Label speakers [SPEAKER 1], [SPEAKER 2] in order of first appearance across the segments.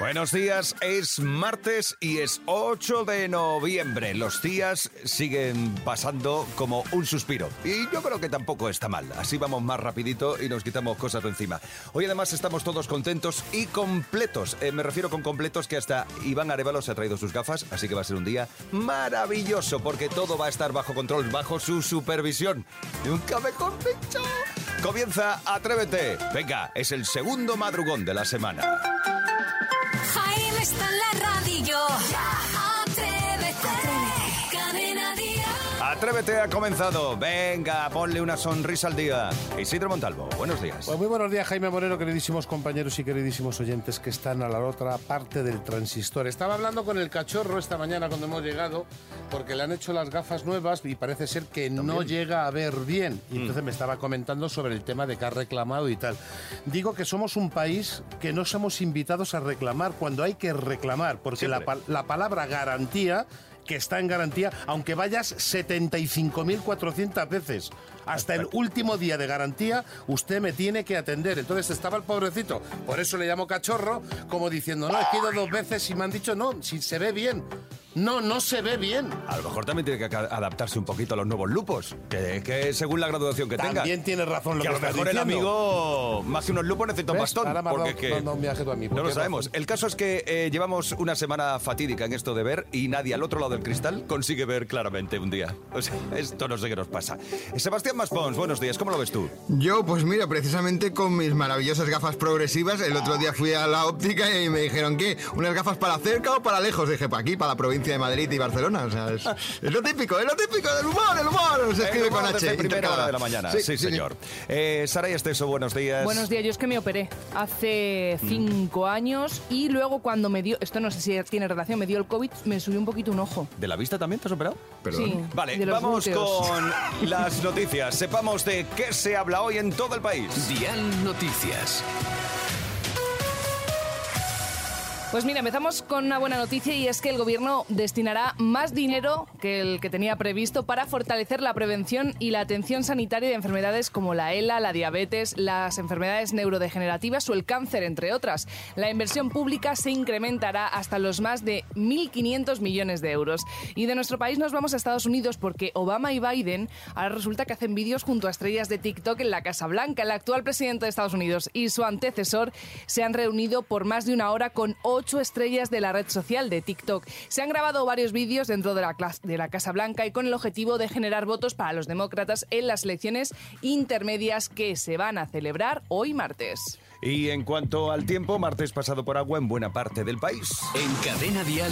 [SPEAKER 1] Buenos días, es martes y es 8 de noviembre. Los días siguen pasando como un suspiro. Y yo creo que tampoco está mal. Así vamos más rapidito y nos quitamos cosas de encima. Hoy además estamos todos contentos y completos. Eh, me refiero con completos que hasta Iván Arevalo se ha traído sus gafas, así que va a ser un día maravilloso porque todo va a estar bajo control, bajo su supervisión. Nunca mejor dicho. Comienza Atrévete. Venga, es el segundo madrugón de la semana.
[SPEAKER 2] Jaime está en la radio. Atrévete. Atrévete. Cadena día.
[SPEAKER 1] Atrévete ha comenzado. Venga, ponle una sonrisa al día. Isidro Montalvo, buenos días.
[SPEAKER 3] Pues muy buenos días, Jaime Moreno, queridísimos compañeros y queridísimos oyentes que están a la otra parte del transistor. Estaba hablando con el cachorro esta mañana cuando hemos llegado, porque le han hecho las gafas nuevas y parece ser que ¿También? no llega a ver bien. Y mm. entonces me estaba comentando sobre el tema de que ha reclamado y tal. Digo que somos un país que no somos invitados a reclamar cuando hay que reclamar, porque la, la palabra garantía que está en garantía, aunque vayas 75.400 veces. Hasta el último día de garantía, usted me tiene que atender. Entonces estaba el pobrecito, por eso le llamo cachorro, como diciendo, no, he ido dos veces y me han dicho, no, si se ve bien. No, no se ve bien.
[SPEAKER 1] A lo mejor también tiene que adaptarse un poquito a los nuevos lupos, que, que según la graduación que
[SPEAKER 3] también
[SPEAKER 1] tenga.
[SPEAKER 3] También tiene razón lo que,
[SPEAKER 1] que a lo
[SPEAKER 3] está
[SPEAKER 1] mejor
[SPEAKER 3] diciendo.
[SPEAKER 1] el amigo, más que unos lupos, necesita un bastón.
[SPEAKER 3] Ahora me
[SPEAKER 1] porque
[SPEAKER 3] dado, que... un viaje a mí,
[SPEAKER 1] no lo sabemos.
[SPEAKER 3] Razón?
[SPEAKER 1] El caso es que eh, llevamos una semana fatídica en esto de ver y nadie al otro lado del cristal consigue ver claramente un día. O sea, esto no sé qué nos pasa. Sebastián Maspons, buenos días, ¿cómo lo ves tú?
[SPEAKER 4] Yo, pues mira, precisamente con mis maravillosas gafas progresivas, el otro día fui a la óptica y me dijeron, ¿qué? ¿Unas gafas para cerca o para lejos? Y dije, para aquí, para la provincia de Madrid y Barcelona. O sea, es, es, lo típico, es lo típico del humor, el humor. Se
[SPEAKER 1] el
[SPEAKER 4] escribe
[SPEAKER 1] humor
[SPEAKER 4] con H.
[SPEAKER 1] primera hora de la mañana. Sí, sí, sí señor. Sí. Eh, Sara y Esteso, buenos días.
[SPEAKER 5] Buenos días. Yo es que me operé hace cinco mm. años y luego cuando me dio, esto no sé si tiene relación, me dio el COVID, me subió un poquito un ojo.
[SPEAKER 1] ¿De la vista también te has operado?
[SPEAKER 5] Perdón. Sí,
[SPEAKER 1] vale, vamos glúteos. con las noticias. Sepamos de qué se habla hoy en todo el país.
[SPEAKER 6] Dial Noticias.
[SPEAKER 5] Pues mira, empezamos con una buena noticia y es que el gobierno destinará más dinero que el que tenía previsto para fortalecer la prevención y la atención sanitaria de enfermedades como la ELA, la diabetes, las enfermedades neurodegenerativas o el cáncer, entre otras. La inversión pública se incrementará hasta los más de 1.500 millones de euros. Y de nuestro país nos vamos a Estados Unidos porque Obama y Biden ahora resulta que hacen vídeos junto a estrellas de TikTok en la Casa Blanca. El actual presidente de Estados Unidos y su antecesor se han reunido por más de una hora con ocho estrellas de la red social de TikTok. Se han grabado varios vídeos dentro de la, de la Casa Blanca y con el objetivo de generar votos para los demócratas en las elecciones intermedias que se van a celebrar hoy martes.
[SPEAKER 1] Y en cuanto al tiempo, martes pasado por agua en buena parte del país.
[SPEAKER 6] En cadena vial,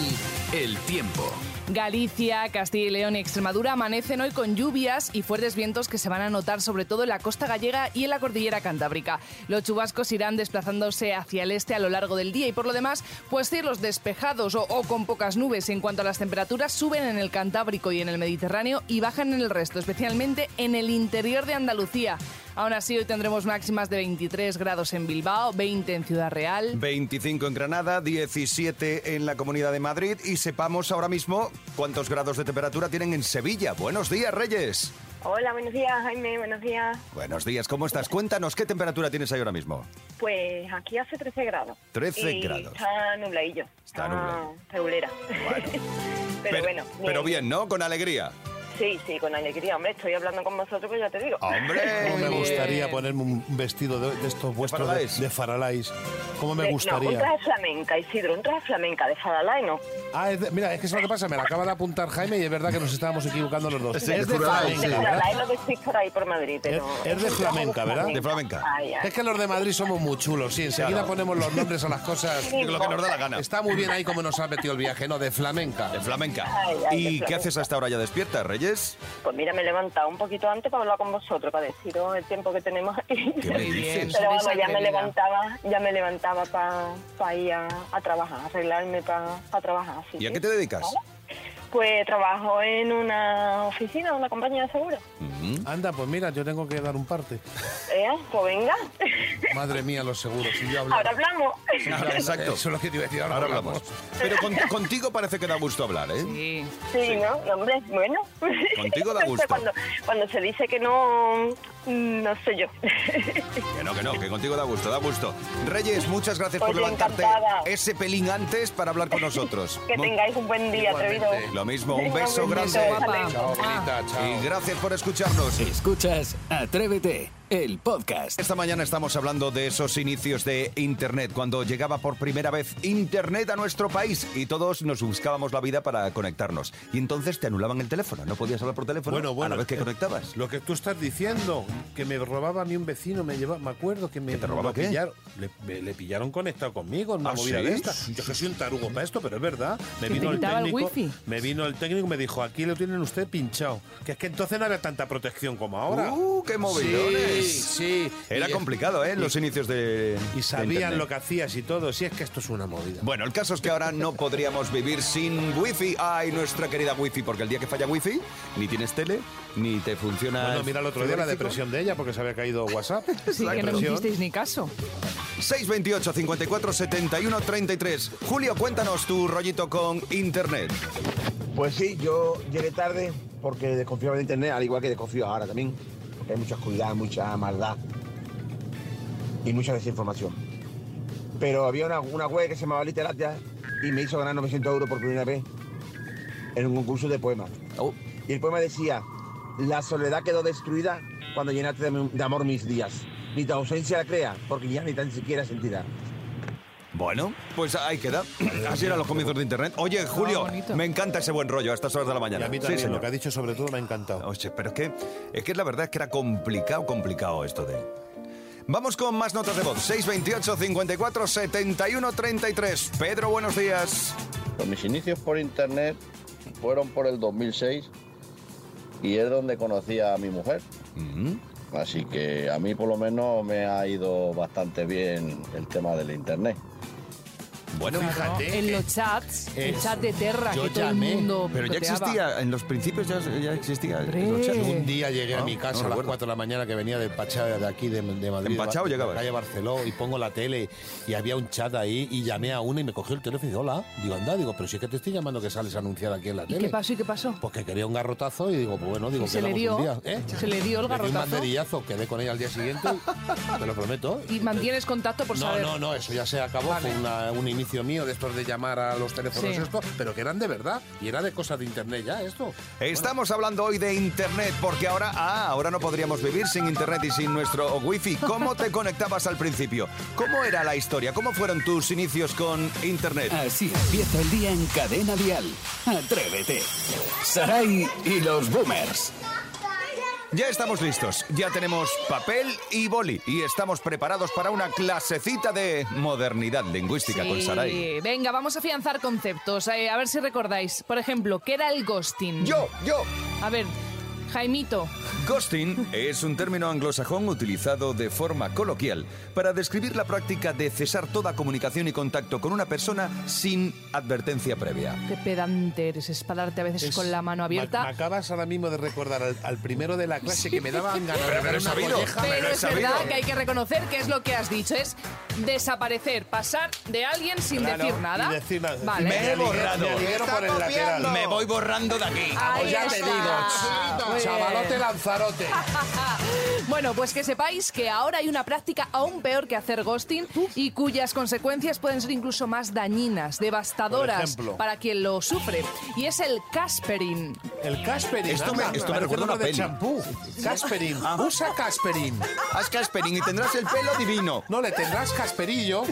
[SPEAKER 6] el tiempo.
[SPEAKER 5] Galicia, Castilla y León y Extremadura amanecen hoy con lluvias y fuertes vientos que se van a notar sobre todo en la costa gallega y en la cordillera cantábrica. Los chubascos irán desplazándose hacia el este a lo largo del día y por lo demás, pues cielos despejados o, o, con pocas nubes. En cuanto a las temperaturas, suben en el Cantábrico y en el Mediterráneo y bajan en el resto, especialmente en el interior de Andalucía. Aún así, hoy tendremos máximas de 23 grados en Bilbao, 20 en Ciudad Real,
[SPEAKER 1] 25 en Granada, 17 en la Comunidad de Madrid y sepamos ahora mismo cuántos grados de temperatura tienen en Sevilla. Buenos días, Reyes.
[SPEAKER 7] Hola, buenos días, Jaime, buenos días.
[SPEAKER 1] Buenos días, ¿cómo estás? Cuéntanos, ¿qué temperatura tienes ahí ahora mismo?
[SPEAKER 7] Pues aquí hace 13 grados.
[SPEAKER 1] 13 y grados.
[SPEAKER 7] Está nubladillo.
[SPEAKER 1] Está nublado.
[SPEAKER 7] Ah, regulera.
[SPEAKER 1] Bueno. pero,
[SPEAKER 7] pero, bueno.
[SPEAKER 1] Bien. Pero bien, ¿no? Con alegría.
[SPEAKER 7] Sí, sí, con alegría. Hombre, estoy hablando con vosotros, pues ya te digo.
[SPEAKER 1] Ah, ¡Hombre!
[SPEAKER 3] ¿Cómo me gustaría ponerme un vestido de, de estos vuestros de, de, faralais? ¿Cómo me
[SPEAKER 7] de,
[SPEAKER 3] gustaría?
[SPEAKER 7] Eh, No, un traje flamenca, Isidro, un traje flamenca de faralay, no.
[SPEAKER 3] Ah, es de, mira, es que eso es lo que pasa, me la acaba de apuntar Jaime y es verdad que nos estábamos equivocando los dos.
[SPEAKER 7] Sí, es de flamenca, sí, ¿verdad? Es lo que estoy por ahí por Madrid, pero...
[SPEAKER 3] Es, es de flamenca, ¿verdad?
[SPEAKER 1] De flamenca.
[SPEAKER 3] Ay, ay. Es que los de Madrid somos muy chulos, sí, enseguida claro. ponemos los nombres a las cosas.
[SPEAKER 1] Sí, lo que nos da la gana. ¿Eh?
[SPEAKER 3] Está muy bien ahí como nos ha metido el viaje, ¿no? De flamenca.
[SPEAKER 1] De flamenca. Ay, ¿Y flamenca. qué haces hasta ahora ya despierta, Reyes?
[SPEAKER 7] Pues mira, me he levantado un poquito antes para hablar con vosotros, para deciros el tiempo que tenemos aquí.
[SPEAKER 1] ¿Qué me dices?
[SPEAKER 7] Pero bueno, ya me levantaba, ya me levantaba para pa ir a, a, trabajar, arreglarme para pa trabajar.
[SPEAKER 1] ¿Y a qué te dedicas?
[SPEAKER 7] ¿Vale? Pues trabajo en una oficina, una compañía de seguro.
[SPEAKER 3] Anda, pues mira, yo tengo que dar un parte.
[SPEAKER 7] ¿Eh? Pues venga.
[SPEAKER 3] Madre mía, los seguros. Si yo hablara-
[SPEAKER 7] Ahora hablamos.
[SPEAKER 3] si yo hablara-
[SPEAKER 1] Exacto.
[SPEAKER 3] Eso es lo que te iba a decir.
[SPEAKER 1] Ahora hablamos. Pero con- contigo parece que da gusto hablar, ¿eh?
[SPEAKER 5] Sí.
[SPEAKER 7] Sí, ¿no? No, Hombre, bueno.
[SPEAKER 1] Contigo
[SPEAKER 7] No
[SPEAKER 1] da
[SPEAKER 7] sé,
[SPEAKER 1] gusto.
[SPEAKER 7] Cuando, cuando se dice que no, mm, no sé yo.
[SPEAKER 1] Que no, que no, que contigo da gusto, da gusto. Reyes, muchas gracias por
[SPEAKER 7] Oye,
[SPEAKER 1] levantarte
[SPEAKER 7] encantada.
[SPEAKER 1] ese pelín antes para hablar con nosotros.
[SPEAKER 7] que
[SPEAKER 1] Mu-
[SPEAKER 7] tengáis un buen día,
[SPEAKER 3] Igualmente.
[SPEAKER 7] atrevido.
[SPEAKER 1] Lo mismo, un
[SPEAKER 7] Venga,
[SPEAKER 1] beso grande.
[SPEAKER 5] guapa.
[SPEAKER 3] Chao, bonita, chao.
[SPEAKER 1] Y gracias por escucharnos.
[SPEAKER 6] Escuchas Atrévete, el podcast.
[SPEAKER 1] Esta mañana estamos hablando de esos inicios de Internet, cuando llegaba por primera vez Internet a nuestro país y todos nos buscábamos la vida para conectarnos. Y entonces te anulaban el teléfono, no podías hablar por teléfono
[SPEAKER 3] Bueno, bueno. eh,
[SPEAKER 1] a la vez que conectabas.
[SPEAKER 3] Lo que tú estás diciendo, que me robaba a mí un vecino, me llevaba, me acuerdo que me
[SPEAKER 1] ¿Que te robaba
[SPEAKER 3] lo
[SPEAKER 1] qué?
[SPEAKER 3] pillaron, le, me- le pillaron conectado conmigo en una
[SPEAKER 1] ¿Ah,
[SPEAKER 3] movida de
[SPEAKER 1] sí?
[SPEAKER 3] esta.
[SPEAKER 1] Sí,
[SPEAKER 3] Yo que soy un tarugo para esto, pero es verdad. Me
[SPEAKER 5] Que te
[SPEAKER 3] vino el
[SPEAKER 5] quitaba el
[SPEAKER 3] técnico,
[SPEAKER 5] wifi.
[SPEAKER 3] me vino el técnico y me dijo, "Aquí lo tienen usted pinchado." Que es que entonces no había tanta protección como ahora.
[SPEAKER 1] ¡Uh, qué
[SPEAKER 3] sí,
[SPEAKER 1] movidones!
[SPEAKER 3] sí.
[SPEAKER 1] Era
[SPEAKER 3] Y-
[SPEAKER 1] complicado, ¿eh? Los inicios de.
[SPEAKER 3] Y sabían lo
[SPEAKER 1] que.
[SPEAKER 3] que hacías y todo. Si es que esto es una movida.
[SPEAKER 1] Bueno, el caso es que ahora no podríamos vivir sin wifi. Ay, nuestra querida wifi, porque el día que falla wifi, ni tienes tele, ni te funciona.
[SPEAKER 3] Bueno,
[SPEAKER 1] el
[SPEAKER 3] mira el otro día la
[SPEAKER 1] frigorífico.
[SPEAKER 3] depresión de ella porque se había caído WhatsApp.
[SPEAKER 5] Sí,
[SPEAKER 3] Pues La
[SPEAKER 5] que no
[SPEAKER 3] depresión.
[SPEAKER 5] hicisteis ni caso.
[SPEAKER 1] 628 54 71 33. Julio, cuéntanos tu rollito con internet.
[SPEAKER 8] Pues sí, yo llegué tarde porque desconfiaba de internet, al igual que desconfío ahora también, porque hay mucha oscuridad, mucha maldad y mucha desinformación. Pero había una, una web que se llamaba Literatia y me hizo ganar 900 euros por primera vez en un concurso de poemas. Y el poema decía, la soledad quedó destruida cuando llenaste de, de amor mis días. Ni tu ausencia la crea, porque ya ni tan siquiera sentirá.
[SPEAKER 1] Bueno, pues ahí queda. Así eran los comienzos de internet. Oye, Julio,
[SPEAKER 5] bonito.
[SPEAKER 1] me encanta ese buen rollo a estas horas de la
[SPEAKER 3] Y
[SPEAKER 1] mañana.
[SPEAKER 3] a mí también, lo que ha dicho sobre todo me ha encantado.
[SPEAKER 1] Oye, pero es que, es que la verdad es que era complicado, complicado esto de... Vamos con más notas de voz. 628 54 71 33. Pedro, buenos días.
[SPEAKER 9] Pues mis inicios por internet fueron por el 2006 y es donde conocí a mi mujer.
[SPEAKER 1] Mm,
[SPEAKER 9] Así que a mí por lo menos me ha ido bastante bien el tema del internet.
[SPEAKER 1] Bueno,
[SPEAKER 5] Ah,
[SPEAKER 3] Fíjate.
[SPEAKER 5] En los chats, el
[SPEAKER 3] Eso.
[SPEAKER 5] chat de Terra,
[SPEAKER 3] Yo
[SPEAKER 5] que todo el
[SPEAKER 3] llamé,
[SPEAKER 5] mundo
[SPEAKER 1] pero ya
[SPEAKER 5] boicoteaba.
[SPEAKER 1] existía, en los principios ya, ya existía.
[SPEAKER 5] Hombre.
[SPEAKER 1] Los chats.
[SPEAKER 3] Un día llegué
[SPEAKER 1] Ah,
[SPEAKER 3] a mi
[SPEAKER 1] no
[SPEAKER 3] casa a las
[SPEAKER 1] recuerdo.
[SPEAKER 3] 4 de la mañana que venía de Pachá de aquí, de, de Madrid.
[SPEAKER 1] ¿Empachado
[SPEAKER 3] de la- de
[SPEAKER 1] llegabas?
[SPEAKER 3] la calle Barceló y pongo la tele y había un chat ahí y llamé a uno y me cogió el teléfono y dijo, hola. Digo, anda, digo, pero si es que te estoy llamando que sales anunciada aquí en la
[SPEAKER 5] ¿Y
[SPEAKER 3] tele.
[SPEAKER 5] qué pasó y qué pasó?
[SPEAKER 3] Pues que quería un garrotazo y digo, pues bueno, digo,
[SPEAKER 5] ¿Y se le
[SPEAKER 3] quedamos
[SPEAKER 5] dio?
[SPEAKER 3] un día, ¿eh?
[SPEAKER 5] ¿Se le
[SPEAKER 3] Le
[SPEAKER 5] dio el
[SPEAKER 3] di Un
[SPEAKER 5] garrotazo?
[SPEAKER 3] banderillazo, quedé con ella al día siguiente, te lo prometo.
[SPEAKER 5] ¿Y mantienes contacto por
[SPEAKER 3] No,
[SPEAKER 5] saber?
[SPEAKER 3] no, no, eso ya se acabó. Fue una- un inicio mío de estos de llamar a los teléfonos,
[SPEAKER 5] Sí.
[SPEAKER 3] esto, pero que eran de verdad. Y era de cosas de internet ya, esto.
[SPEAKER 1] Estamos hablando hoy de Internet porque ahora, ah, ahora no podríamos vivir sin Internet y sin nuestro wifi. ¿Cómo te conectabas al principio? ¿Cómo era la historia? ¿Cómo fueron tus inicios con Internet?
[SPEAKER 6] Así empieza el día en cadena vial. Atrévete. Sarai y los boomers.
[SPEAKER 1] Ya estamos listos, ya tenemos papel y boli y estamos preparados para una clasecita de modernidad lingüística con
[SPEAKER 5] Sí.
[SPEAKER 1] Sarai.
[SPEAKER 5] Venga, vamos a afianzar conceptos. eh, a ver si recordáis. Por ejemplo, ¿qué era el ghosting?
[SPEAKER 1] Yo, yo.
[SPEAKER 5] A ver, Jaimito,
[SPEAKER 1] Ghosting es un término anglosajón utilizado de forma coloquial para describir la práctica de cesar toda comunicación y contacto con una persona sin advertencia previa.
[SPEAKER 5] qué pedante eres, es pararte a veces con la mano abierta.
[SPEAKER 3] Me, me acabas ahora mismo de recordar al, al primero de la clase que me daban ganas de dar
[SPEAKER 1] lo he
[SPEAKER 3] una
[SPEAKER 1] sabido.
[SPEAKER 3] colleja.
[SPEAKER 1] me lo
[SPEAKER 5] pero
[SPEAKER 1] he
[SPEAKER 5] es verdad
[SPEAKER 1] sabido.
[SPEAKER 5] que hay que reconocer que es lo que has dicho, es desaparecer, pasar de alguien sin
[SPEAKER 3] Claro,
[SPEAKER 5] decir nada.
[SPEAKER 3] y decir nada.
[SPEAKER 5] Vale.
[SPEAKER 1] Me he
[SPEAKER 3] aligué-
[SPEAKER 1] borrado.
[SPEAKER 3] me aliguero
[SPEAKER 4] Está
[SPEAKER 3] por el lateral.
[SPEAKER 4] copiando.
[SPEAKER 1] Me voy borrando de aquí.
[SPEAKER 5] Ahí
[SPEAKER 3] Pues ya te
[SPEAKER 5] está.
[SPEAKER 3] digo,
[SPEAKER 5] Muy
[SPEAKER 3] ch- chavalote
[SPEAKER 5] bien.
[SPEAKER 3] Lanzarote.
[SPEAKER 5] Bueno, pues que sepáis que ahora hay una práctica aún peor que hacer ghosting y cuyas consecuencias pueden ser incluso más dañinas,
[SPEAKER 3] Por
[SPEAKER 5] devastadoras
[SPEAKER 3] ejemplo.
[SPEAKER 5] para quien lo sufre. Y es el Casperin.
[SPEAKER 3] El Casperin.
[SPEAKER 1] Esto
[SPEAKER 3] anda,
[SPEAKER 1] me- esto me
[SPEAKER 3] parece
[SPEAKER 1] recuerda
[SPEAKER 3] uno
[SPEAKER 1] una
[SPEAKER 3] de
[SPEAKER 1] peli.
[SPEAKER 3] champú. Casperin. Usa Casperin.
[SPEAKER 1] Haz Casperín y tendrás el pelo divino.
[SPEAKER 3] No le tendrás Casperillo.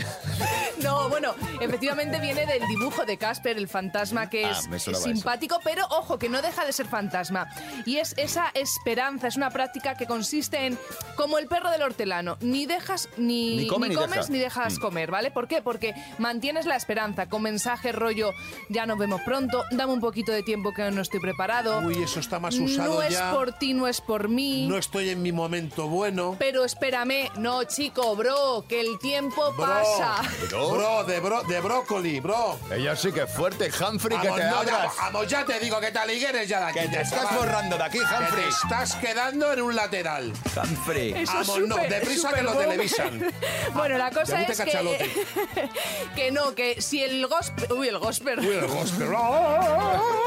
[SPEAKER 5] No, bueno, efectivamente viene del dibujo de Casper, el fantasma que
[SPEAKER 1] Ah,
[SPEAKER 5] es
[SPEAKER 1] me sonaba
[SPEAKER 5] simpático, pero ojo, que no deja de ser fantasma. Y es esa esperanza, es una práctica que consiste en, como el perro del hortelano, ni dejas ni,
[SPEAKER 1] Ni come, ni
[SPEAKER 5] comes
[SPEAKER 1] deja.
[SPEAKER 5] ni dejas
[SPEAKER 1] Mm.
[SPEAKER 5] comer, ¿vale? ¿Por qué? Porque mantienes la esperanza con mensaje rollo, ya nos vemos pronto, dame un poquito de tiempo que no estoy preparado.
[SPEAKER 3] Uy, eso está más usado
[SPEAKER 5] no
[SPEAKER 3] ya.
[SPEAKER 5] es por ti, no es por mí.
[SPEAKER 3] No estoy en mi momento bueno.
[SPEAKER 5] Pero espérame, no, chico, bro, que el tiempo
[SPEAKER 3] Bro.
[SPEAKER 5] pasa.
[SPEAKER 1] Bro.
[SPEAKER 3] Bro, de, bro, de brócoli, bro.
[SPEAKER 10] Ella sí que es fuerte, Humphrey, que
[SPEAKER 3] Vamos,
[SPEAKER 10] te
[SPEAKER 3] no, ya,
[SPEAKER 10] abras.
[SPEAKER 3] vamos, ya te digo que te aligueres ya de aquí.
[SPEAKER 10] Que te estás
[SPEAKER 3] chaval.
[SPEAKER 10] borrando de aquí,
[SPEAKER 3] Que
[SPEAKER 10] Humphrey.
[SPEAKER 3] te estás quedando en un lateral.
[SPEAKER 10] Humphrey.
[SPEAKER 5] Eso es
[SPEAKER 3] Vamos, no,
[SPEAKER 5] súper-
[SPEAKER 3] deprisa que lo
[SPEAKER 5] súper
[SPEAKER 3] televisan.
[SPEAKER 5] boomer. bueno, la cosa
[SPEAKER 3] Llamate
[SPEAKER 5] es que,
[SPEAKER 3] Ah, cachalote.
[SPEAKER 5] que no, que si el gospel... Uy, el gospel.
[SPEAKER 3] Uy, el gospel.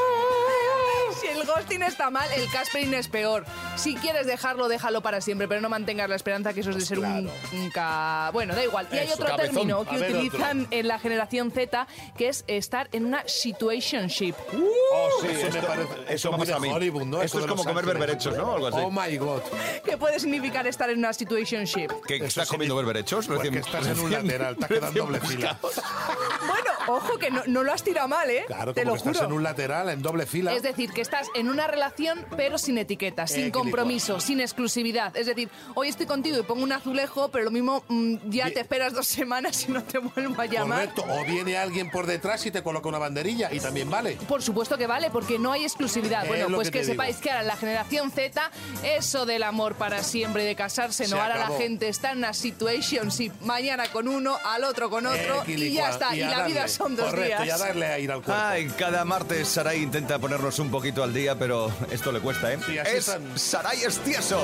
[SPEAKER 5] Si el ghosting está mal, el casperin es peor. Si quieres dejarlo, déjalo para siempre, pero no mantengas la esperanza que eso es de ser un- un, ca- Bueno, da igual. Y hay
[SPEAKER 3] Pues Eso,
[SPEAKER 5] otro
[SPEAKER 3] cabezón.
[SPEAKER 5] término que
[SPEAKER 3] A ver, otro.
[SPEAKER 5] utilizan en la generación Z, que es estar en una situationship.
[SPEAKER 3] Oh, sí,
[SPEAKER 1] Eso
[SPEAKER 3] eso,
[SPEAKER 1] esto-
[SPEAKER 3] me parece.
[SPEAKER 1] eso
[SPEAKER 3] Eso
[SPEAKER 1] me
[SPEAKER 3] muy
[SPEAKER 1] pasa
[SPEAKER 3] de
[SPEAKER 1] a mí.
[SPEAKER 3] Hollywood, ¿no?
[SPEAKER 1] Esto
[SPEAKER 3] Eso
[SPEAKER 1] es
[SPEAKER 3] de
[SPEAKER 1] como
[SPEAKER 3] Los
[SPEAKER 1] comer
[SPEAKER 3] Ángeles.
[SPEAKER 1] berberechos, ¿no? O algo así.
[SPEAKER 3] Oh my god.
[SPEAKER 5] que puede significar estar en una situationship.
[SPEAKER 1] ¿Qué
[SPEAKER 3] Eso
[SPEAKER 1] estás
[SPEAKER 3] sí pues,
[SPEAKER 1] comiendo
[SPEAKER 3] que-
[SPEAKER 1] berberechos?
[SPEAKER 3] Porque estás en un lateral, te has quedado en doble fila.
[SPEAKER 5] Bueno, ojo que no, no lo has tirado mal, ¿eh?
[SPEAKER 3] Claro,
[SPEAKER 5] Te
[SPEAKER 3] como
[SPEAKER 5] lo
[SPEAKER 3] que estás
[SPEAKER 5] juro.
[SPEAKER 3] en un lateral, en doble fila.
[SPEAKER 5] Es decir, que estás en una relación, pero sin etiqueta, sin
[SPEAKER 3] Equilibrado.
[SPEAKER 5] compromiso, sin exclusividad. Es decir, hoy estoy contigo y pongo un azulejo, pero lo mismo mm, ya te esperas dos semanas y no te vuelvo a llamar.
[SPEAKER 3] Correcto. O viene alguien por detrás y te coloca una banderilla y también vale.
[SPEAKER 5] Por supuesto que vale, porque no hay exclusividad.
[SPEAKER 3] Es
[SPEAKER 5] Bueno,
[SPEAKER 3] lo
[SPEAKER 5] pues
[SPEAKER 3] que
[SPEAKER 5] que,
[SPEAKER 3] te digo.
[SPEAKER 5] sepáis que ahora la generación Z, eso del amor para siempre y de casarse, no.
[SPEAKER 3] Se
[SPEAKER 5] ahora
[SPEAKER 3] acabó.
[SPEAKER 5] la gente está en una situation, sí, mañana con uno, al otro con otro, y ya
[SPEAKER 3] Equilicua-
[SPEAKER 5] está. Y,
[SPEAKER 3] a
[SPEAKER 5] la
[SPEAKER 3] darle.
[SPEAKER 5] vida son dos
[SPEAKER 3] Correcto,
[SPEAKER 5] días.
[SPEAKER 3] Y a darle a ir al cuerpo.
[SPEAKER 1] Ay, cada martes Saray intenta ponernos un poquito al día, pero esto le cuesta, ¿eh?
[SPEAKER 3] Sí, así
[SPEAKER 1] es
[SPEAKER 3] están.
[SPEAKER 1] Saray Estieso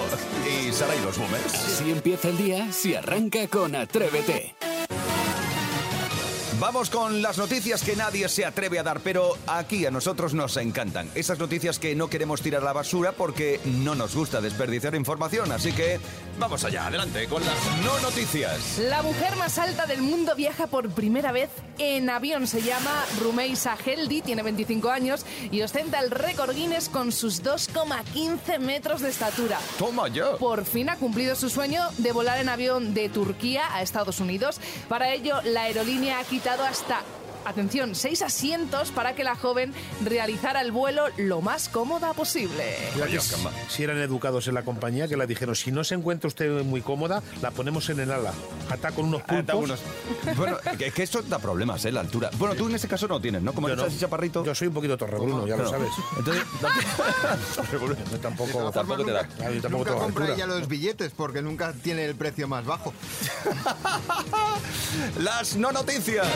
[SPEAKER 1] y Saray los boomers.
[SPEAKER 6] Si empieza el día, si arranca con Atrévete.
[SPEAKER 1] Vamos con las noticias que nadie se atreve a dar, pero aquí a nosotros nos encantan. Esas noticias que no queremos tirar a la basura porque no nos gusta desperdiciar información, así que vamos allá, adelante con las no noticias.
[SPEAKER 5] La mujer más alta del mundo viaja por primera vez en avión. Se llama Rumeisa Heldi, tiene 25 años y ostenta el récord Guinness con sus 2,15 metros de estatura.
[SPEAKER 1] Toma ya.
[SPEAKER 3] Pues,
[SPEAKER 5] Por fin ha cumplido su sueño de volar en avión de Turquía a Estados Unidos. Para ello, la aerolínea ha quitado hasta... Atención, seis asientos para que la joven realizara el vuelo lo más cómoda posible.
[SPEAKER 3] Mira que
[SPEAKER 1] Oye,
[SPEAKER 3] si-
[SPEAKER 1] camba.
[SPEAKER 3] si eran educados en la compañía, que la dijeron, si no se encuentra usted muy cómoda, la ponemos en el ala. Ata con unos pulpos.
[SPEAKER 1] Ah, Ata unos- Bueno, es que esto da problemas, ¿eh? La altura. Bueno, tú en este caso no tienes, ¿no? Como
[SPEAKER 3] Yo
[SPEAKER 1] no
[SPEAKER 3] no.
[SPEAKER 1] estás chaparrito.
[SPEAKER 3] Yo soy un poquito torrebruno, ya lo
[SPEAKER 1] Claro.
[SPEAKER 3] sabes.
[SPEAKER 1] Entonces,
[SPEAKER 3] Yo tampoco...
[SPEAKER 1] Tampoco te da.
[SPEAKER 3] Claro, yo tampoco
[SPEAKER 4] nunca
[SPEAKER 3] tengo
[SPEAKER 4] compra
[SPEAKER 3] altura.
[SPEAKER 4] ella los billetes porque nunca tiene el precio más bajo.
[SPEAKER 1] las no noticias.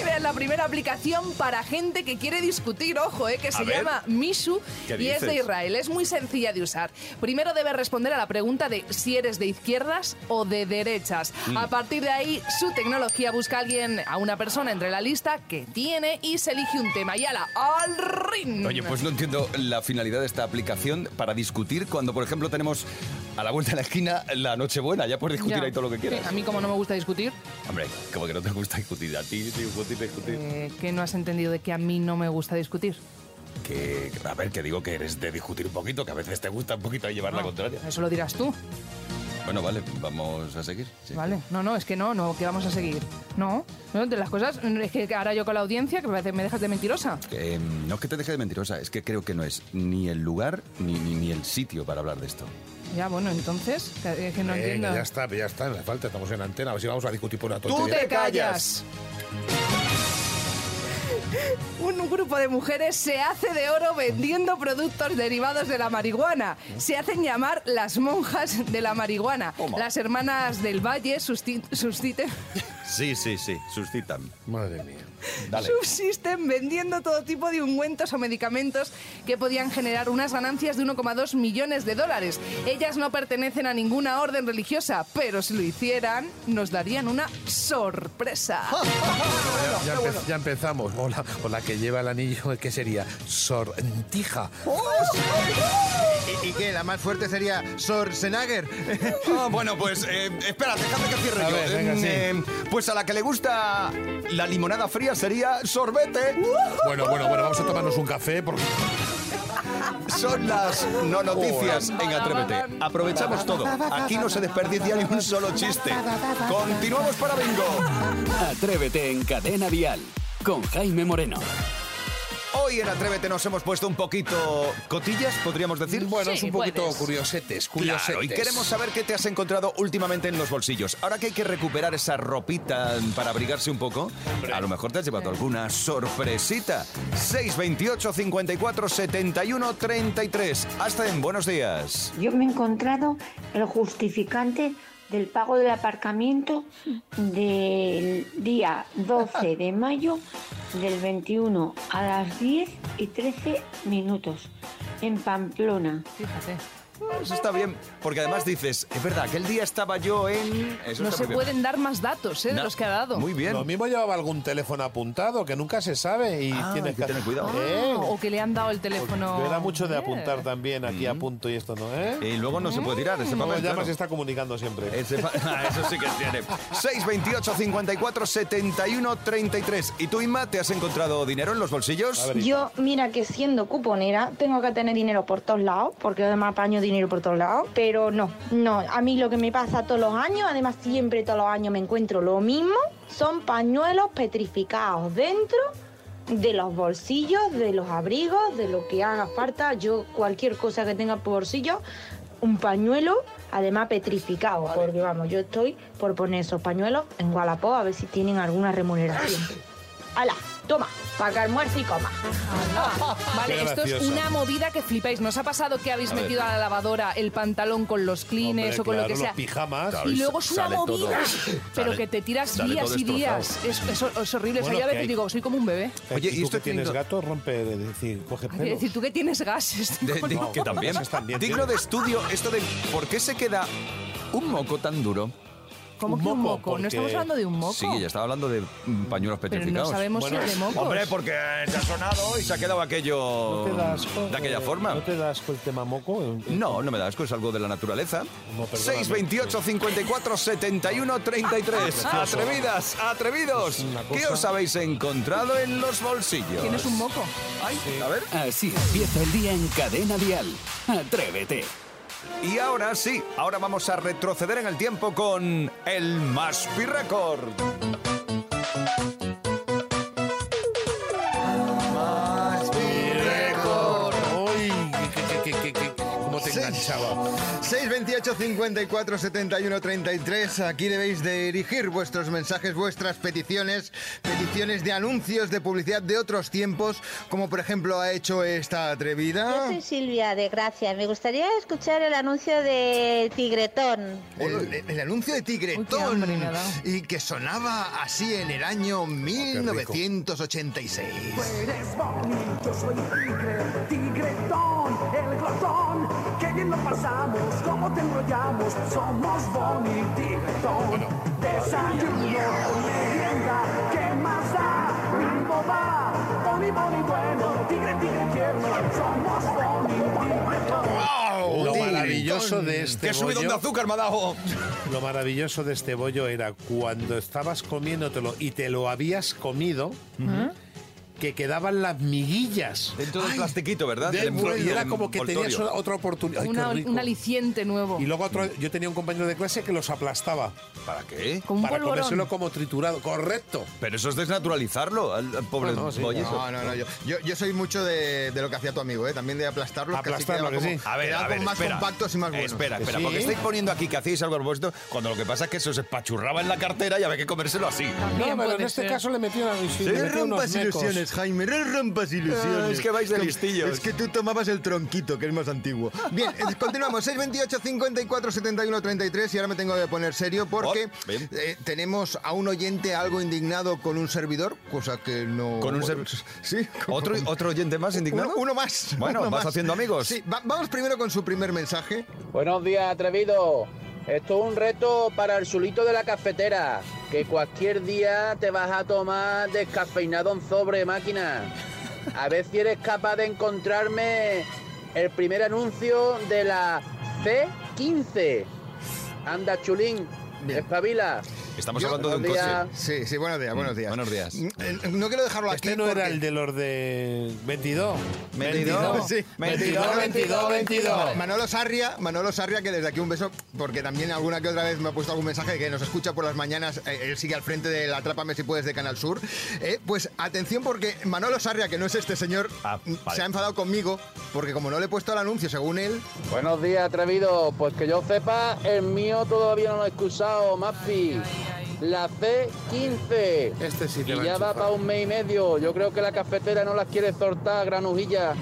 [SPEAKER 5] Crean la primera aplicación para gente que quiere discutir, ojo, eh, que se
[SPEAKER 1] ver.
[SPEAKER 5] llama Mishu
[SPEAKER 1] ¿Qué
[SPEAKER 5] y es de
[SPEAKER 1] dices?
[SPEAKER 5] Israel. Es muy sencilla de usar. Primero debes responder a la pregunta de si eres de izquierdas o de derechas.
[SPEAKER 1] Mm.
[SPEAKER 5] A partir de ahí, su tecnología busca a alguien, a una persona entre la lista que tiene y se elige un tema. Y ala, al ring.
[SPEAKER 1] Oye, pues no entiendo la finalidad de esta aplicación para discutir cuando, por ejemplo, tenemos a la vuelta de la esquina la Nochebuena. Ya puedes discutir
[SPEAKER 5] Ya.
[SPEAKER 1] ahí todo lo que quieras.
[SPEAKER 5] Sí, a mí como no me gusta discutir,
[SPEAKER 1] Hombre, como que no te gusta discutir a ti, discutir, discutir.
[SPEAKER 5] eh, que no has entendido de que a mí no me gusta discutir.
[SPEAKER 1] Que, a ver, que digo que eres de discutir un poquito, que a veces te gusta un poquito llevar la
[SPEAKER 5] No,
[SPEAKER 1] contraria.
[SPEAKER 5] Ah, Eso lo dirás tú,
[SPEAKER 1] Bueno, vale, vamos a seguir. Sí.
[SPEAKER 5] ¿vale? No, no, es que no, no, que vamos a seguir. No, no, de las cosas, es que ahora yo con la audiencia, que me parece- me dejas de mentirosa.
[SPEAKER 1] Eh, no es que te deje de mentirosa, es que creo que no es ni el lugar ni, ni, ni el sitio para hablar de esto.
[SPEAKER 5] Ya, bueno, entonces, que- es que no
[SPEAKER 3] Venga,
[SPEAKER 5] entiendo.
[SPEAKER 3] ya está, pues ya está, me falta, estamos en antena, a ver si vamos a discutir por una
[SPEAKER 5] ¡Tú
[SPEAKER 3] tontería.
[SPEAKER 5] te callas! Un grupo de mujeres se hace de oro vendiendo productos derivados de la marihuana. Se hacen llamar las monjas de la marihuana. Las hermanas del Valle susti- susciten-
[SPEAKER 1] Sí, sí, sí, suscitan.
[SPEAKER 3] Madre mía.
[SPEAKER 1] Dale.
[SPEAKER 5] subsisten vendiendo todo tipo de ungüentos o medicamentos que podían generar unas ganancias de 1,2 millones de dólares. Ellas no pertenecen a ninguna orden religiosa, pero si lo hicieran, nos darían una sorpresa.
[SPEAKER 3] Ya, ya empe- ya empezamos. O la, o la que lleva el anillo, ¿qué sería? Sortija.
[SPEAKER 4] ¿Y, y qué? La más fuerte sería Schwarzenegger.
[SPEAKER 1] Ah, bueno, pues eh, espera, déjame que cierre
[SPEAKER 3] A
[SPEAKER 1] yo.
[SPEAKER 3] ver, venga,
[SPEAKER 1] Eh,
[SPEAKER 3] sí.
[SPEAKER 1] eh, pues a la que le gusta la limonada fría sería sorbete.
[SPEAKER 3] Bueno, bueno, bueno, vamos a tomarnos un café porque...
[SPEAKER 1] Son las no noticias en Atrévete. Aprovechamos todo. Aquí no se desperdicia ni un solo chiste. Continuamos para bingo.
[SPEAKER 6] Atrévete en Cadena Dial con Jaime Moreno.
[SPEAKER 1] Hoy en Atrévete nos hemos puesto un poquito cotillas, podríamos decir.
[SPEAKER 3] Bueno, es un poquito
[SPEAKER 5] puedes.
[SPEAKER 3] curiosetes, curiosetes.
[SPEAKER 1] Claro, y queremos saber qué te has encontrado últimamente en los bolsillos. Ahora que hay que recuperar esa ropita para abrigarse un poco, a lo mejor te has llevado alguna sorpresita. 628 54 71 33. Hasta en buenos días.
[SPEAKER 11] Yo me he encontrado el justificante del pago del aparcamiento del día 12 de mayo del 21 a las 10 y 13 minutos en Pamplona.
[SPEAKER 5] Fíjate.
[SPEAKER 1] Eso Pues está bien, porque además dices, es verdad, aquel día estaba yo en... Eso
[SPEAKER 5] No
[SPEAKER 1] está
[SPEAKER 5] se
[SPEAKER 1] muy bien.
[SPEAKER 5] pueden dar más datos eh, de los que ha dado.
[SPEAKER 3] Lo mismo llevaba algún teléfono apuntado, que nunca se sabe y
[SPEAKER 1] Ah, hay
[SPEAKER 3] tienes
[SPEAKER 1] que tener cuidado.
[SPEAKER 5] Ah, o que le han dado el teléfono.
[SPEAKER 3] Yo era mucho de
[SPEAKER 5] Eh.
[SPEAKER 3] apuntar también, aquí apunto y esto no, ¿eh?
[SPEAKER 1] Y luego no se puede tirar ese
[SPEAKER 3] Luego
[SPEAKER 1] papel,
[SPEAKER 3] llamas
[SPEAKER 1] claro.
[SPEAKER 3] y está comunicando siempre.
[SPEAKER 1] Ese pa- Ah, eso sí que tiene. 628 54 71 33. ¿Y tú, Inma, te has encontrado dinero en los bolsillos?
[SPEAKER 12] Yo, mira que siendo cuponera, tengo que tener dinero por todos lados, porque además apaño dinero por todos lados, pero no, no, a mí lo que me pasa todos los años, además siempre todos los años me encuentro lo mismo, son pañuelos petrificados dentro de los bolsillos, de los abrigos, de lo que haga falta, yo cualquier cosa que tenga por bolsillo, un pañuelo, además petrificado, porque vamos, yo estoy por poner esos pañuelos en Gualapó a ver si tienen alguna remuneración. ¡Hala! Toma, para que almuerce y coma.
[SPEAKER 5] Vale,
[SPEAKER 12] Qué
[SPEAKER 5] esto es
[SPEAKER 12] graciosa.
[SPEAKER 5] una movida que flipáis. ¿Nos ha pasado que habéis
[SPEAKER 12] A ver.
[SPEAKER 5] metido a la lavadora el pantalón con los clines
[SPEAKER 3] Hombre,
[SPEAKER 5] o con lo
[SPEAKER 3] claro,
[SPEAKER 5] que
[SPEAKER 3] los
[SPEAKER 5] sea?
[SPEAKER 3] pijamas.
[SPEAKER 5] Y
[SPEAKER 3] Claro,
[SPEAKER 5] Ah, luego es una
[SPEAKER 3] sale todo-
[SPEAKER 5] movida,
[SPEAKER 3] sale-
[SPEAKER 5] pero que te tiras
[SPEAKER 3] sale
[SPEAKER 5] días
[SPEAKER 3] todo
[SPEAKER 5] y días. Es, es- es horrible. O sea,
[SPEAKER 3] Bueno,
[SPEAKER 5] yo a
[SPEAKER 3] que
[SPEAKER 5] veces
[SPEAKER 3] hay-
[SPEAKER 5] digo, soy como un bebé.
[SPEAKER 3] Oye, Eh, ¿y esto tienes
[SPEAKER 5] teniendo-
[SPEAKER 3] gato? Rompe, es decir, coge
[SPEAKER 5] Es
[SPEAKER 3] pelo.
[SPEAKER 5] decir, tú que tienes gases.
[SPEAKER 1] De- di-
[SPEAKER 3] No,
[SPEAKER 1] que también.
[SPEAKER 3] esas también
[SPEAKER 1] Digno
[SPEAKER 3] tiene.
[SPEAKER 1] de estudio esto de por qué se queda un moco tan duro.
[SPEAKER 5] ¿Cómo que un moco? ¿No estamos hablando de un moco?
[SPEAKER 1] Sí, ya estaba hablando de mm, pañuelos
[SPEAKER 5] Pero no
[SPEAKER 1] petrificados.
[SPEAKER 5] sabemos si es de mocos.
[SPEAKER 1] Hombre, porque se ha sonado y se ha quedado
[SPEAKER 3] ¿No
[SPEAKER 1] aquello
[SPEAKER 3] te da asco,
[SPEAKER 1] de aquella
[SPEAKER 3] eh,
[SPEAKER 1] forma.
[SPEAKER 3] ¿No te da asco el tema moco?
[SPEAKER 1] No, no me da asco, es algo de la naturaleza.
[SPEAKER 3] perdóname.
[SPEAKER 1] 628 54 71 33.
[SPEAKER 3] Precioso.
[SPEAKER 1] Atrevidas, atrevidos. ¿Qué os habéis encontrado en los bolsillos?
[SPEAKER 5] Tienes un moco.
[SPEAKER 1] A ver.
[SPEAKER 6] Así empieza el día en Cadena Dial. Atrévete.
[SPEAKER 1] Y ahora sí, ahora vamos a retroceder en el tiempo con el Maspi Record.
[SPEAKER 3] ¡Uy! que- que- que- que- que- ¿Cómo te enganchaba?
[SPEAKER 4] 628 54 71 33. Aquí debéis de erigir vuestros mensajes, vuestras peticiones, peticiones de anuncios de publicidad de otros tiempos, como por ejemplo ha hecho esta
[SPEAKER 12] Yo
[SPEAKER 4] atrevida.
[SPEAKER 12] soy Silvia de Gracia. Me gustaría escuchar el anuncio de Tigretón.
[SPEAKER 4] El, el- el anuncio de Tigretón y que sonaba así en el
[SPEAKER 1] Ah,
[SPEAKER 4] año 1986.
[SPEAKER 13] Eres bonito, soy el tigre, tigretón, el glotón. Qué bien lo pasamos, cómo te enrollamos, somos bonito, tigretón. Desayuno, merienda, ¿qué más da? Mimbo va, boni, boni, bueno, tigre, tigre, tierno, somos bonito, tigretón.
[SPEAKER 3] Lo maravilloso de este
[SPEAKER 1] ¡Qué subidón
[SPEAKER 3] bollo-
[SPEAKER 1] de azúcar me ha dado!
[SPEAKER 3] Lo maravilloso de este bollo era cuando estabas comiéndotelo y te lo habías comido, que quedaban las miguillas.
[SPEAKER 1] Dentro del plastiquito, ¿verdad?
[SPEAKER 3] de-
[SPEAKER 1] Del envol-
[SPEAKER 3] y era
[SPEAKER 1] del
[SPEAKER 3] como que tenías
[SPEAKER 1] envoltorio.
[SPEAKER 3] otra oportunidad. Ay, qué
[SPEAKER 5] Una-
[SPEAKER 3] rico.
[SPEAKER 5] un aliciente nuevo.
[SPEAKER 3] Y luego otro, yo tenía un compañero de clase que los aplastaba.
[SPEAKER 1] ¿Para qué?
[SPEAKER 5] Como un
[SPEAKER 3] Para
[SPEAKER 5] polvorón.
[SPEAKER 3] comérselo como triturado. Correcto.
[SPEAKER 1] Pero eso es desnaturalizarlo al, al pobre
[SPEAKER 3] Bueno, sí.
[SPEAKER 1] bollo.
[SPEAKER 4] No, no, no. Yo, yo, yo soy mucho de, de lo que hacía tu amigo, ¿eh? También de aplastarlo.
[SPEAKER 3] Aplastarlo, que sí.
[SPEAKER 1] A ver, a ver,
[SPEAKER 4] más
[SPEAKER 1] espera.
[SPEAKER 4] compactos y más buenos.
[SPEAKER 1] Espera, espera,
[SPEAKER 4] Sí.
[SPEAKER 1] porque estáis poniendo aquí que hacéis algo al propósito, cuando lo que pasa es que eso se espachurraba en la cartera y había que comérselo así.
[SPEAKER 3] No, pero en este caso le metí una
[SPEAKER 4] Sí, rompas ilusiones, Jaime, re rompas ilusiones.
[SPEAKER 1] Ah, es que vais de
[SPEAKER 4] Com-
[SPEAKER 1] listillos.
[SPEAKER 4] Es que tú tomabas el tronquito, que es más antiguo. Bien, eh, continuamos. 628 54 71 33 y ahora me tengo que poner serio porque
[SPEAKER 1] Oh, bien.
[SPEAKER 4] eh, tenemos a un oyente algo indignado con un servidor, cosa que no...
[SPEAKER 1] Con un ser-
[SPEAKER 4] Sí.
[SPEAKER 1] ¿Otro, ¿Otro oyente más indignado?
[SPEAKER 4] Uno, uno más.
[SPEAKER 1] Bueno,
[SPEAKER 4] uno
[SPEAKER 1] vas
[SPEAKER 4] más.
[SPEAKER 1] haciendo amigos.
[SPEAKER 4] Sí, va- vamos primero con su primer mensaje.
[SPEAKER 14] Buenos días, atrevido. Esto es un reto para el sulito de la cafetera, que cualquier día te vas a tomar descafeinado en sobre máquina. A ver si eres capaz de encontrarme el primer anuncio de la C15. Anda, chulín, espabila.
[SPEAKER 1] Estamos
[SPEAKER 4] Yo-
[SPEAKER 1] hablando de un
[SPEAKER 14] Buenos días.
[SPEAKER 1] coche.
[SPEAKER 4] Sí, sí, buenos días, buenos días.
[SPEAKER 1] Buenos días.
[SPEAKER 4] Mm, eh, No quiero dejarlo
[SPEAKER 3] Este
[SPEAKER 4] aquí
[SPEAKER 3] no era
[SPEAKER 4] porque-
[SPEAKER 3] el de los de 22.
[SPEAKER 4] 22, sí.
[SPEAKER 3] 22, 22, 22.
[SPEAKER 4] Manolo Sarria, Manolo Sarria, que desde aquí un beso, porque también alguna que otra vez me ha puesto algún mensaje de que nos escucha por las mañanas, eh, él sigue al frente de la Trápame si puedes de Canal Sur. Eh, pues atención porque Manolo Sarria, que no es este señor, se ha enfadado conmigo, porque como no le he puesto el anuncio, según él...
[SPEAKER 14] Buenos días, atrevido. Pues que yo sepa, el mío todavía no lo he excusado, Mafi. La C15.
[SPEAKER 3] Este sí te
[SPEAKER 14] Y
[SPEAKER 3] va a
[SPEAKER 14] ya va
[SPEAKER 3] enchufar.
[SPEAKER 14] para un mes y medio. Yo creo que la cafetera no las quiere tortar, granujilla.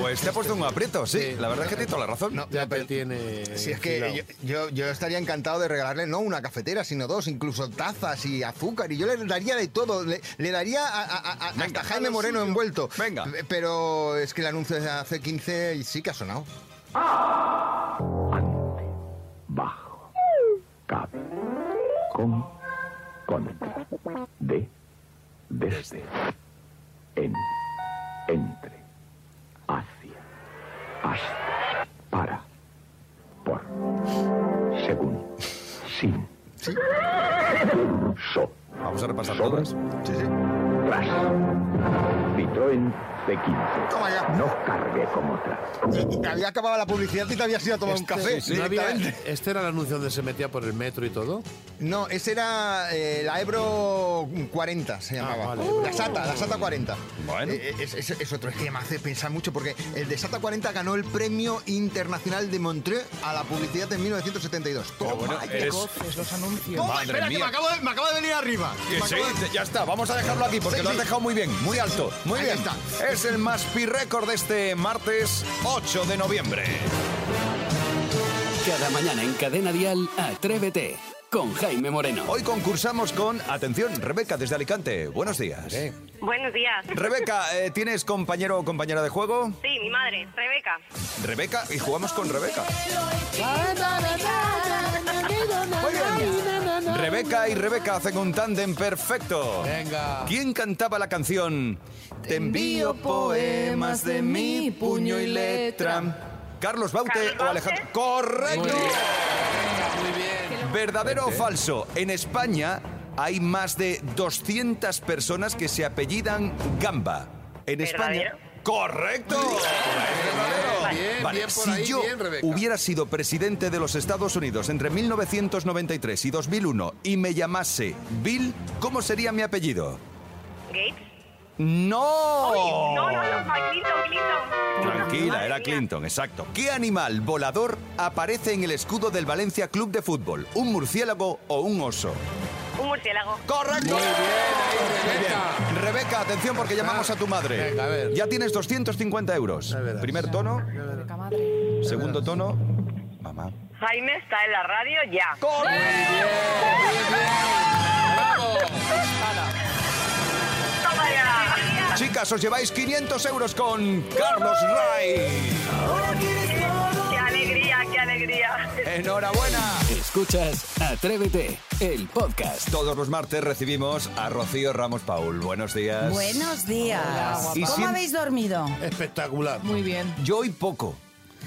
[SPEAKER 1] Pues te ha puesto un aprieto, sí. La verdad es que tiene toda la razón.
[SPEAKER 3] ya te tiene.
[SPEAKER 4] Si es que yo, yo- yo estaría encantado de regalarle no una cafetera, sino dos, incluso tazas y azúcar. Y yo le daría de todo. Le, le daría a, a- a- hasta Jaime Moreno envuelto. Venga. Pero es que el anuncio de hace 15 y sí que ha sonado.
[SPEAKER 13] bajo, cabe, con, contra, de, desde, en, entre, hacia, hasta, para, por, según, sin, so.
[SPEAKER 1] Vamos a repasar
[SPEAKER 13] todas.
[SPEAKER 4] Sí, sí.
[SPEAKER 13] Tras. Citroën C15. No cargue como otras.
[SPEAKER 4] Había acabado la publicidad y te habías ido a tomar un café.
[SPEAKER 3] no había-
[SPEAKER 4] directamente.
[SPEAKER 3] ¿Este era el anuncio donde se metía por el metro y todo?
[SPEAKER 4] No, ese era eh, la Ebro 40, se llamaba.
[SPEAKER 3] vale.
[SPEAKER 4] La SATA, la SATA 40.
[SPEAKER 1] Bueno.
[SPEAKER 4] Eh, es, es- es otro, es que me hace pensar mucho porque el de SATA 40 ganó el Premio Internacional de Montreux a la publicidad en 1972. Toma,
[SPEAKER 1] bueno,
[SPEAKER 4] ya.
[SPEAKER 1] eres-
[SPEAKER 4] los anuncios. Toma,
[SPEAKER 1] Madre
[SPEAKER 4] espera, que
[SPEAKER 1] mía.
[SPEAKER 4] me acabo, de, me acabo de venir arriba.
[SPEAKER 1] Que
[SPEAKER 4] Me
[SPEAKER 1] sí,
[SPEAKER 4] acabo de-
[SPEAKER 1] te- ya está, vamos a dejarlo aquí porque
[SPEAKER 4] Sí,
[SPEAKER 1] lo has
[SPEAKER 4] sí.
[SPEAKER 1] dejado muy bien, muy
[SPEAKER 4] Sí,
[SPEAKER 1] alto.
[SPEAKER 4] sí.
[SPEAKER 1] Muy
[SPEAKER 4] Ahí
[SPEAKER 1] bien.
[SPEAKER 4] está.
[SPEAKER 1] Es el más pi récord de este martes 8 de noviembre.
[SPEAKER 6] Cada mañana en Cadena Dial, Atrévete con Jaime Moreno.
[SPEAKER 1] Hoy concursamos con, atención, Rebeca desde Alicante. Buenos días.
[SPEAKER 15] Buenos días.
[SPEAKER 1] Rebeca, eh, ¿tienes compañero o compañera de juego?
[SPEAKER 15] Sí, mi madre, Rebeca.
[SPEAKER 1] Rebeca, y jugamos con Rebeca. Rebeca y Rebeca hacen un tándem perfecto.
[SPEAKER 3] Venga.
[SPEAKER 1] ¿Quién cantaba la canción? Te envío poemas de mi puño y letra. Carlos Baute o Alejandro. ¡Correcto! ¿Verdadero o falso? En España hay más de 200 personas que se apellidan Gamba. En España. ¡Correcto!
[SPEAKER 3] Bien,
[SPEAKER 1] Vale,
[SPEAKER 3] bien por
[SPEAKER 1] si
[SPEAKER 3] ahí,
[SPEAKER 1] yo
[SPEAKER 3] bien, Rebeca.
[SPEAKER 1] hubiera sido presidente de los Estados Unidos entre 1993 y 2001 y me llamase Bill, ¿cómo sería mi apellido?
[SPEAKER 15] Gates.
[SPEAKER 1] ¡No!
[SPEAKER 15] Uy, no, no, no, Clinton, Clinton.
[SPEAKER 1] Oh. Tranquila, era Clinton, exacto. ¿Qué animal volador aparece en el escudo del Valencia Club de Fútbol? ¿Un murciélago o un oso?
[SPEAKER 15] Un murciélago.
[SPEAKER 1] ¡Correcto! Muy bien, Rebeca, atención porque llamamos a tu madre.
[SPEAKER 3] Venga, a ver.
[SPEAKER 1] Ya tienes 250 euros. Primer tono, segundo tono. Mamá.
[SPEAKER 15] Jaime está en la radio ya.
[SPEAKER 1] Chicas, os lleváis 500 euros con Carlos Ray.
[SPEAKER 15] ¡Qué alegría, qué alegría!
[SPEAKER 1] ¡Enhorabuena!
[SPEAKER 6] Escuchas Atrévete, el podcast.
[SPEAKER 1] Todos los martes recibimos a Rocío Ramos Paul. Buenos días.
[SPEAKER 16] Buenos días.
[SPEAKER 1] Hola,
[SPEAKER 16] ¿Cómo
[SPEAKER 1] guapa. Y siem-
[SPEAKER 16] habéis dormido?
[SPEAKER 3] Espectacular.
[SPEAKER 16] Muy bien.
[SPEAKER 1] Yo hoy poco,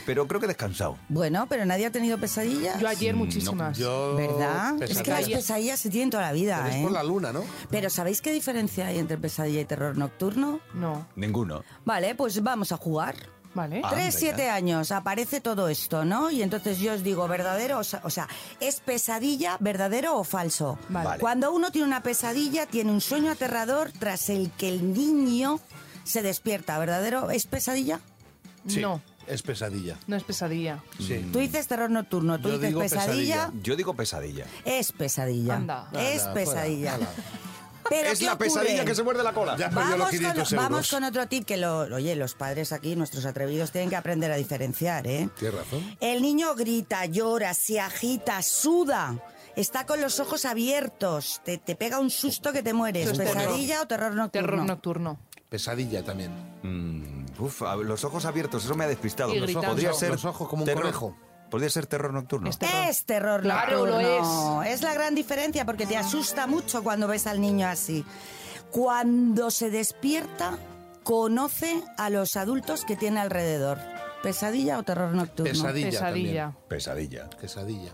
[SPEAKER 1] pero creo que he descansado.
[SPEAKER 16] Bueno, pero nadie ha tenido pesadillas. Yo ayer
[SPEAKER 1] muchísimas.
[SPEAKER 3] Mm, Yo-
[SPEAKER 16] ¿Verdad? Es que las
[SPEAKER 3] pesadillas.
[SPEAKER 16] pesadillas se tienen toda la vida,
[SPEAKER 3] Pero es
[SPEAKER 16] ¿eh?
[SPEAKER 3] por la luna, ¿no?
[SPEAKER 16] Pero ¿sabéis qué diferencia hay entre pesadilla y terror nocturno? No.
[SPEAKER 1] Ninguno.
[SPEAKER 16] Vale, pues vamos a jugar. Vale.
[SPEAKER 1] Ah,
[SPEAKER 16] Tres,
[SPEAKER 1] venga.
[SPEAKER 16] siete años, aparece todo esto, ¿no? Y entonces yo os digo, ¿verdadero? O sea, o sea, ¿es pesadilla verdadero o falso?
[SPEAKER 17] Vale.
[SPEAKER 16] Cuando uno tiene una pesadilla, tiene un sueño aterrador tras el que el niño se despierta, ¿verdadero? ¿Es pesadilla?
[SPEAKER 3] Sí,
[SPEAKER 16] No. Mm.
[SPEAKER 3] Es pesadilla.
[SPEAKER 5] No es pesadilla.
[SPEAKER 3] Sí.
[SPEAKER 16] Tú dices terror nocturno, tú
[SPEAKER 3] Yo
[SPEAKER 16] dices
[SPEAKER 3] digo
[SPEAKER 16] pesadilla,
[SPEAKER 1] Yo digo Mm. pesadilla.
[SPEAKER 16] Es pesadilla.
[SPEAKER 1] Anda.
[SPEAKER 16] Es
[SPEAKER 1] Anda, fuera,
[SPEAKER 16] pesadilla.
[SPEAKER 1] ala.
[SPEAKER 16] Pero
[SPEAKER 1] Es
[SPEAKER 16] ¿qué
[SPEAKER 1] la
[SPEAKER 16] ocurre?
[SPEAKER 1] pesadilla que se muerde la cola. Ya perdió los
[SPEAKER 16] vamos,
[SPEAKER 1] 500
[SPEAKER 16] con,
[SPEAKER 1] euros.
[SPEAKER 16] vamos con otro tip que, lo, oye, los padres aquí, nuestros atrevidos, tienen que aprender a diferenciar, ¿eh?
[SPEAKER 3] Tienes razón.
[SPEAKER 16] El niño grita, llora, se agita, suda. Está con los ojos abiertos. Te, te pega un susto que te mueres.
[SPEAKER 3] Eso es terror.
[SPEAKER 16] ¿Pesadilla o terror nocturno?
[SPEAKER 3] Terror
[SPEAKER 16] nocturno.
[SPEAKER 3] Pesadilla también.
[SPEAKER 1] Mm, Uf, a- los ojos abiertos, eso me ha despistado.
[SPEAKER 3] Y
[SPEAKER 1] Los ojos,
[SPEAKER 3] gritando.
[SPEAKER 1] podría
[SPEAKER 3] Los
[SPEAKER 1] ser
[SPEAKER 3] ojos como un
[SPEAKER 1] terror-
[SPEAKER 3] conejo.
[SPEAKER 1] Podría ser terror nocturno.
[SPEAKER 16] Es terror
[SPEAKER 5] Claro, lo
[SPEAKER 16] nocturno. es. la gran diferencia porque te asusta mucho cuando ves al niño así. Cuando se despierta, conoce a los adultos que tiene alrededor. ¿Pesadilla o terror nocturno?
[SPEAKER 3] Pesadilla.
[SPEAKER 1] Pesadilla.
[SPEAKER 3] Pesadilla.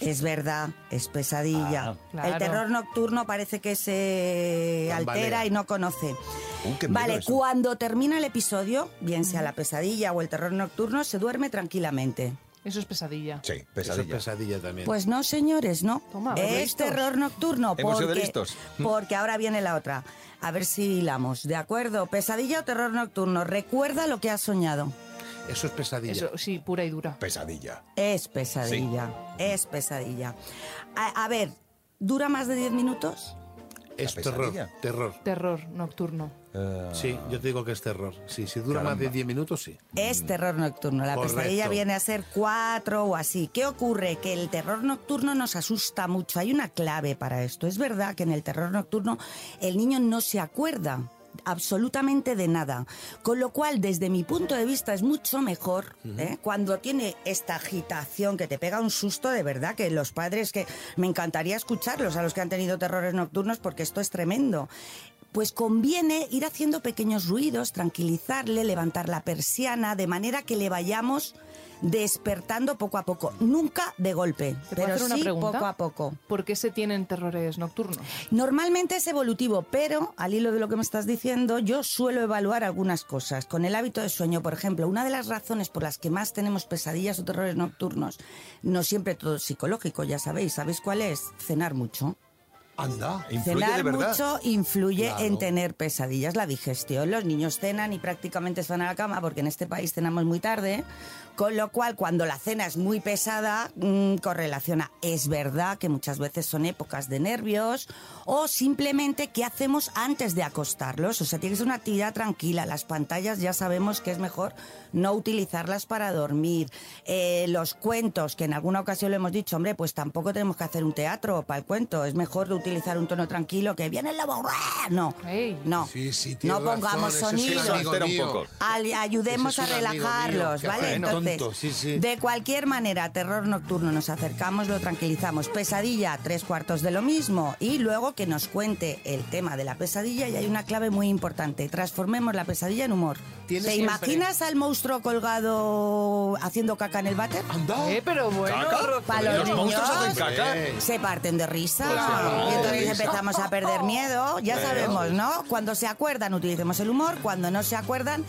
[SPEAKER 16] Es verdad, es pesadilla.
[SPEAKER 3] Ah, claro.
[SPEAKER 16] El terror nocturno parece que se
[SPEAKER 3] Tambalea.
[SPEAKER 16] altera y no conoce.
[SPEAKER 3] qué miedo
[SPEAKER 16] vale,
[SPEAKER 3] eso.
[SPEAKER 16] cuando termina el episodio, bien sea la pesadilla o el terror nocturno, se duerme tranquilamente.
[SPEAKER 5] Eso es pesadilla.
[SPEAKER 1] Sí,
[SPEAKER 3] pesadilla. pesadilla también.
[SPEAKER 16] Pues no, señores, no.
[SPEAKER 5] Toma,
[SPEAKER 16] es
[SPEAKER 5] listos.
[SPEAKER 16] terror nocturno.
[SPEAKER 3] Hemos sido
[SPEAKER 16] porque,
[SPEAKER 3] listos.
[SPEAKER 16] porque ahora viene la otra. A ver si hilamos. ¿De acuerdo? ¿Pesadilla o terror nocturno? Recuerda lo que has soñado.
[SPEAKER 3] Eso es pesadilla.
[SPEAKER 5] Eso, sí, pura y dura.
[SPEAKER 1] Pesadilla.
[SPEAKER 16] Es pesadilla. Es pesadilla. A, a ver, ¿dura más de 10 minutos?
[SPEAKER 3] Es terror. Terror.
[SPEAKER 5] Terror nocturno.
[SPEAKER 3] Sí, yo te digo que es terror. Sí, si dura más de 10 minutos, sí.
[SPEAKER 16] Es terror nocturno. La
[SPEAKER 3] Correcto.
[SPEAKER 16] pesadilla viene a ser cuatro o así. ¿Qué ocurre? Que el terror nocturno nos asusta mucho. Hay una clave para esto. Es verdad que en el terror nocturno el niño no se acuerda absolutamente de nada. Con lo cual, desde mi punto de vista, es mucho mejor
[SPEAKER 17] Ujú.
[SPEAKER 16] ¿eh? cuando tiene esta agitación que te pega un susto de verdad, que los padres que me encantaría escucharlos a los que han tenido terrores nocturnos porque esto es tremendo pues conviene ir haciendo pequeños ruidos, tranquilizarle, levantar la persiana, de manera que le vayamos despertando poco a poco, nunca de golpe,
[SPEAKER 5] ¿Te puedo
[SPEAKER 16] pero
[SPEAKER 5] hacer una
[SPEAKER 16] sí
[SPEAKER 5] pregunta?
[SPEAKER 16] poco a poco.
[SPEAKER 5] ¿Por qué se tienen terrores nocturnos?
[SPEAKER 16] Normalmente es evolutivo, pero al hilo de lo que me estás diciendo, yo suelo evaluar algunas cosas. Con el hábito de sueño, por ejemplo, una de las razones por las que más tenemos pesadillas o terrores nocturnos, no siempre todo es psicológico, ya sabéis, ¿sabéis cuál es? Cenar mucho.
[SPEAKER 3] Anda,
[SPEAKER 16] Cenar mucho influye
[SPEAKER 3] Claro.
[SPEAKER 16] en tener pesadillas, la digestión. Los niños cenan y prácticamente se van a la cama porque en este país cenamos muy tarde, con lo cual cuando la cena es muy pesada mm, correlaciona. Es verdad que muchas veces son épocas de nervios o simplemente qué hacemos antes de acostarlos. O sea, tiene que ser una actividad tranquila. Las pantallas ya sabemos que es mejor no utilizarlas para dormir. Eh, los cuentos, que en alguna ocasión lo hemos dicho, hombre, pues tampoco tenemos que hacer un teatro para el cuento. Es mejor utilizar un tono tranquilo que viene la borra. No, no.
[SPEAKER 3] Sí, sí,
[SPEAKER 16] no
[SPEAKER 3] tienes razón,
[SPEAKER 16] pongamos
[SPEAKER 3] ese es un
[SPEAKER 16] sonidos.
[SPEAKER 3] amigo Espera un mío. poco.
[SPEAKER 16] Al- ayudemos
[SPEAKER 3] Ese
[SPEAKER 16] a
[SPEAKER 3] es un amigo
[SPEAKER 16] relajarlos,
[SPEAKER 3] mío, que
[SPEAKER 16] ¿vale?
[SPEAKER 3] bueno,
[SPEAKER 16] Entonces,
[SPEAKER 3] tonto, sí, sí.
[SPEAKER 16] de cualquier manera, terror nocturno, nos acercamos, lo tranquilizamos. Pesadilla, tres cuartos de lo mismo. Y luego que nos cuente el tema de la pesadilla. Y hay una clave muy importante: transformemos la pesadilla en humor. ¿Te
[SPEAKER 5] Tienes siempre.
[SPEAKER 16] imaginas al monstruo colgado haciendo caca en el váter? Pues Anda.
[SPEAKER 5] Eh, pero bueno, ¿Caca?
[SPEAKER 16] Para
[SPEAKER 5] Joder,
[SPEAKER 16] los,
[SPEAKER 5] los monstruos
[SPEAKER 16] niños,
[SPEAKER 5] hacen caca.
[SPEAKER 3] ¿eh?
[SPEAKER 16] Se parten de risa.
[SPEAKER 5] Pues
[SPEAKER 16] Y
[SPEAKER 5] sí.
[SPEAKER 16] entonces
[SPEAKER 5] Risa.
[SPEAKER 16] empezamos a perder miedo. Ya
[SPEAKER 5] Claro.
[SPEAKER 16] sabemos, ¿no? Cuando se acuerdan, utilicemos el humor. Cuando no se acuerdan,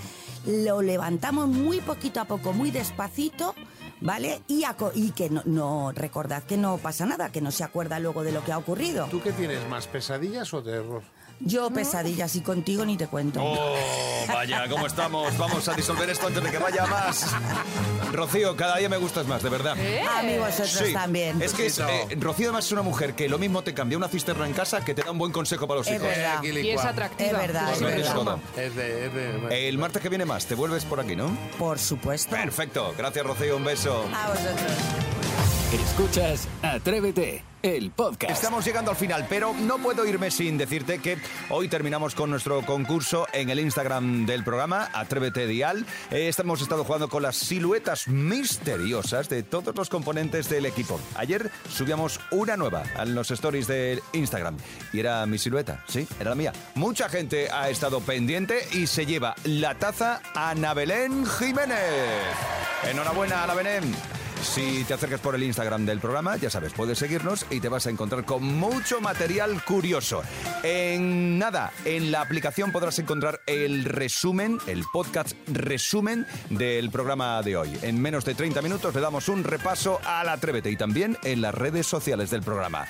[SPEAKER 16] lo levantamos muy poquito a poco, muy despacito. ¿Vale? Y, aco- y que no, no- recordad que no pasa nada, que no se acuerda luego de lo que ha ocurrido.
[SPEAKER 3] ¿Tú qué tienes más, pesadillas o terror?
[SPEAKER 16] Yo pesadillas y contigo ni te cuento.
[SPEAKER 1] Oh, vaya, ¿cómo estamos? Vamos a disolver esto antes de que vaya más. Rocío, cada día me gustas más, de verdad.
[SPEAKER 5] Eh.
[SPEAKER 16] Ah, A mí vosotros
[SPEAKER 1] Sí.
[SPEAKER 16] ¿Eh? también.
[SPEAKER 1] Es que es, eh, Rocío además es una mujer que lo mismo te cambia una cisterna en casa que te da un buen consejo para los
[SPEAKER 16] Es
[SPEAKER 1] hijos.
[SPEAKER 16] verdad.
[SPEAKER 3] Eh,
[SPEAKER 16] Y es atractiva. Es verdad, es
[SPEAKER 1] Lo tienes
[SPEAKER 16] verdad.
[SPEAKER 1] todo. El martes que viene más, te vuelves por aquí, ¿no?
[SPEAKER 16] Por supuesto.
[SPEAKER 1] Perfecto. Gracias, Rocío. Un beso.
[SPEAKER 16] A vosotros.
[SPEAKER 6] Escuchas Atrévete, el podcast.
[SPEAKER 1] Estamos llegando al final, pero no puedo irme sin decirte que hoy terminamos con nuestro concurso en el Instagram del programa, Atrévete Dial. Eh, hemos estado jugando con las siluetas misteriosas de todos los componentes del equipo. Ayer subíamos una nueva a los stories del Instagram y era mi silueta, sí, era la mía. Mucha gente ha estado pendiente y se lleva la taza Ana Belén Jiménez. Enhorabuena, Ana Belén. Si te acercas por el Instagram del programa, ya sabes, puedes seguirnos y te vas a encontrar con mucho material curioso. En nada, en la aplicación podrás encontrar el resumen, el podcast resumen del programa de hoy. En menos de 30 minutos le damos un repaso al Atrévete y también en las redes sociales del programa.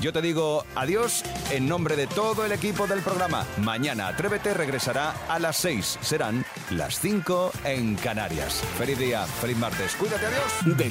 [SPEAKER 1] Yo te digo adiós en nombre de todo el equipo del programa. Mañana Atrévete regresará a las 6. Serán las 5 en Canarias. Feliz día, feliz martes. Cuídate, adiós.
[SPEAKER 6] De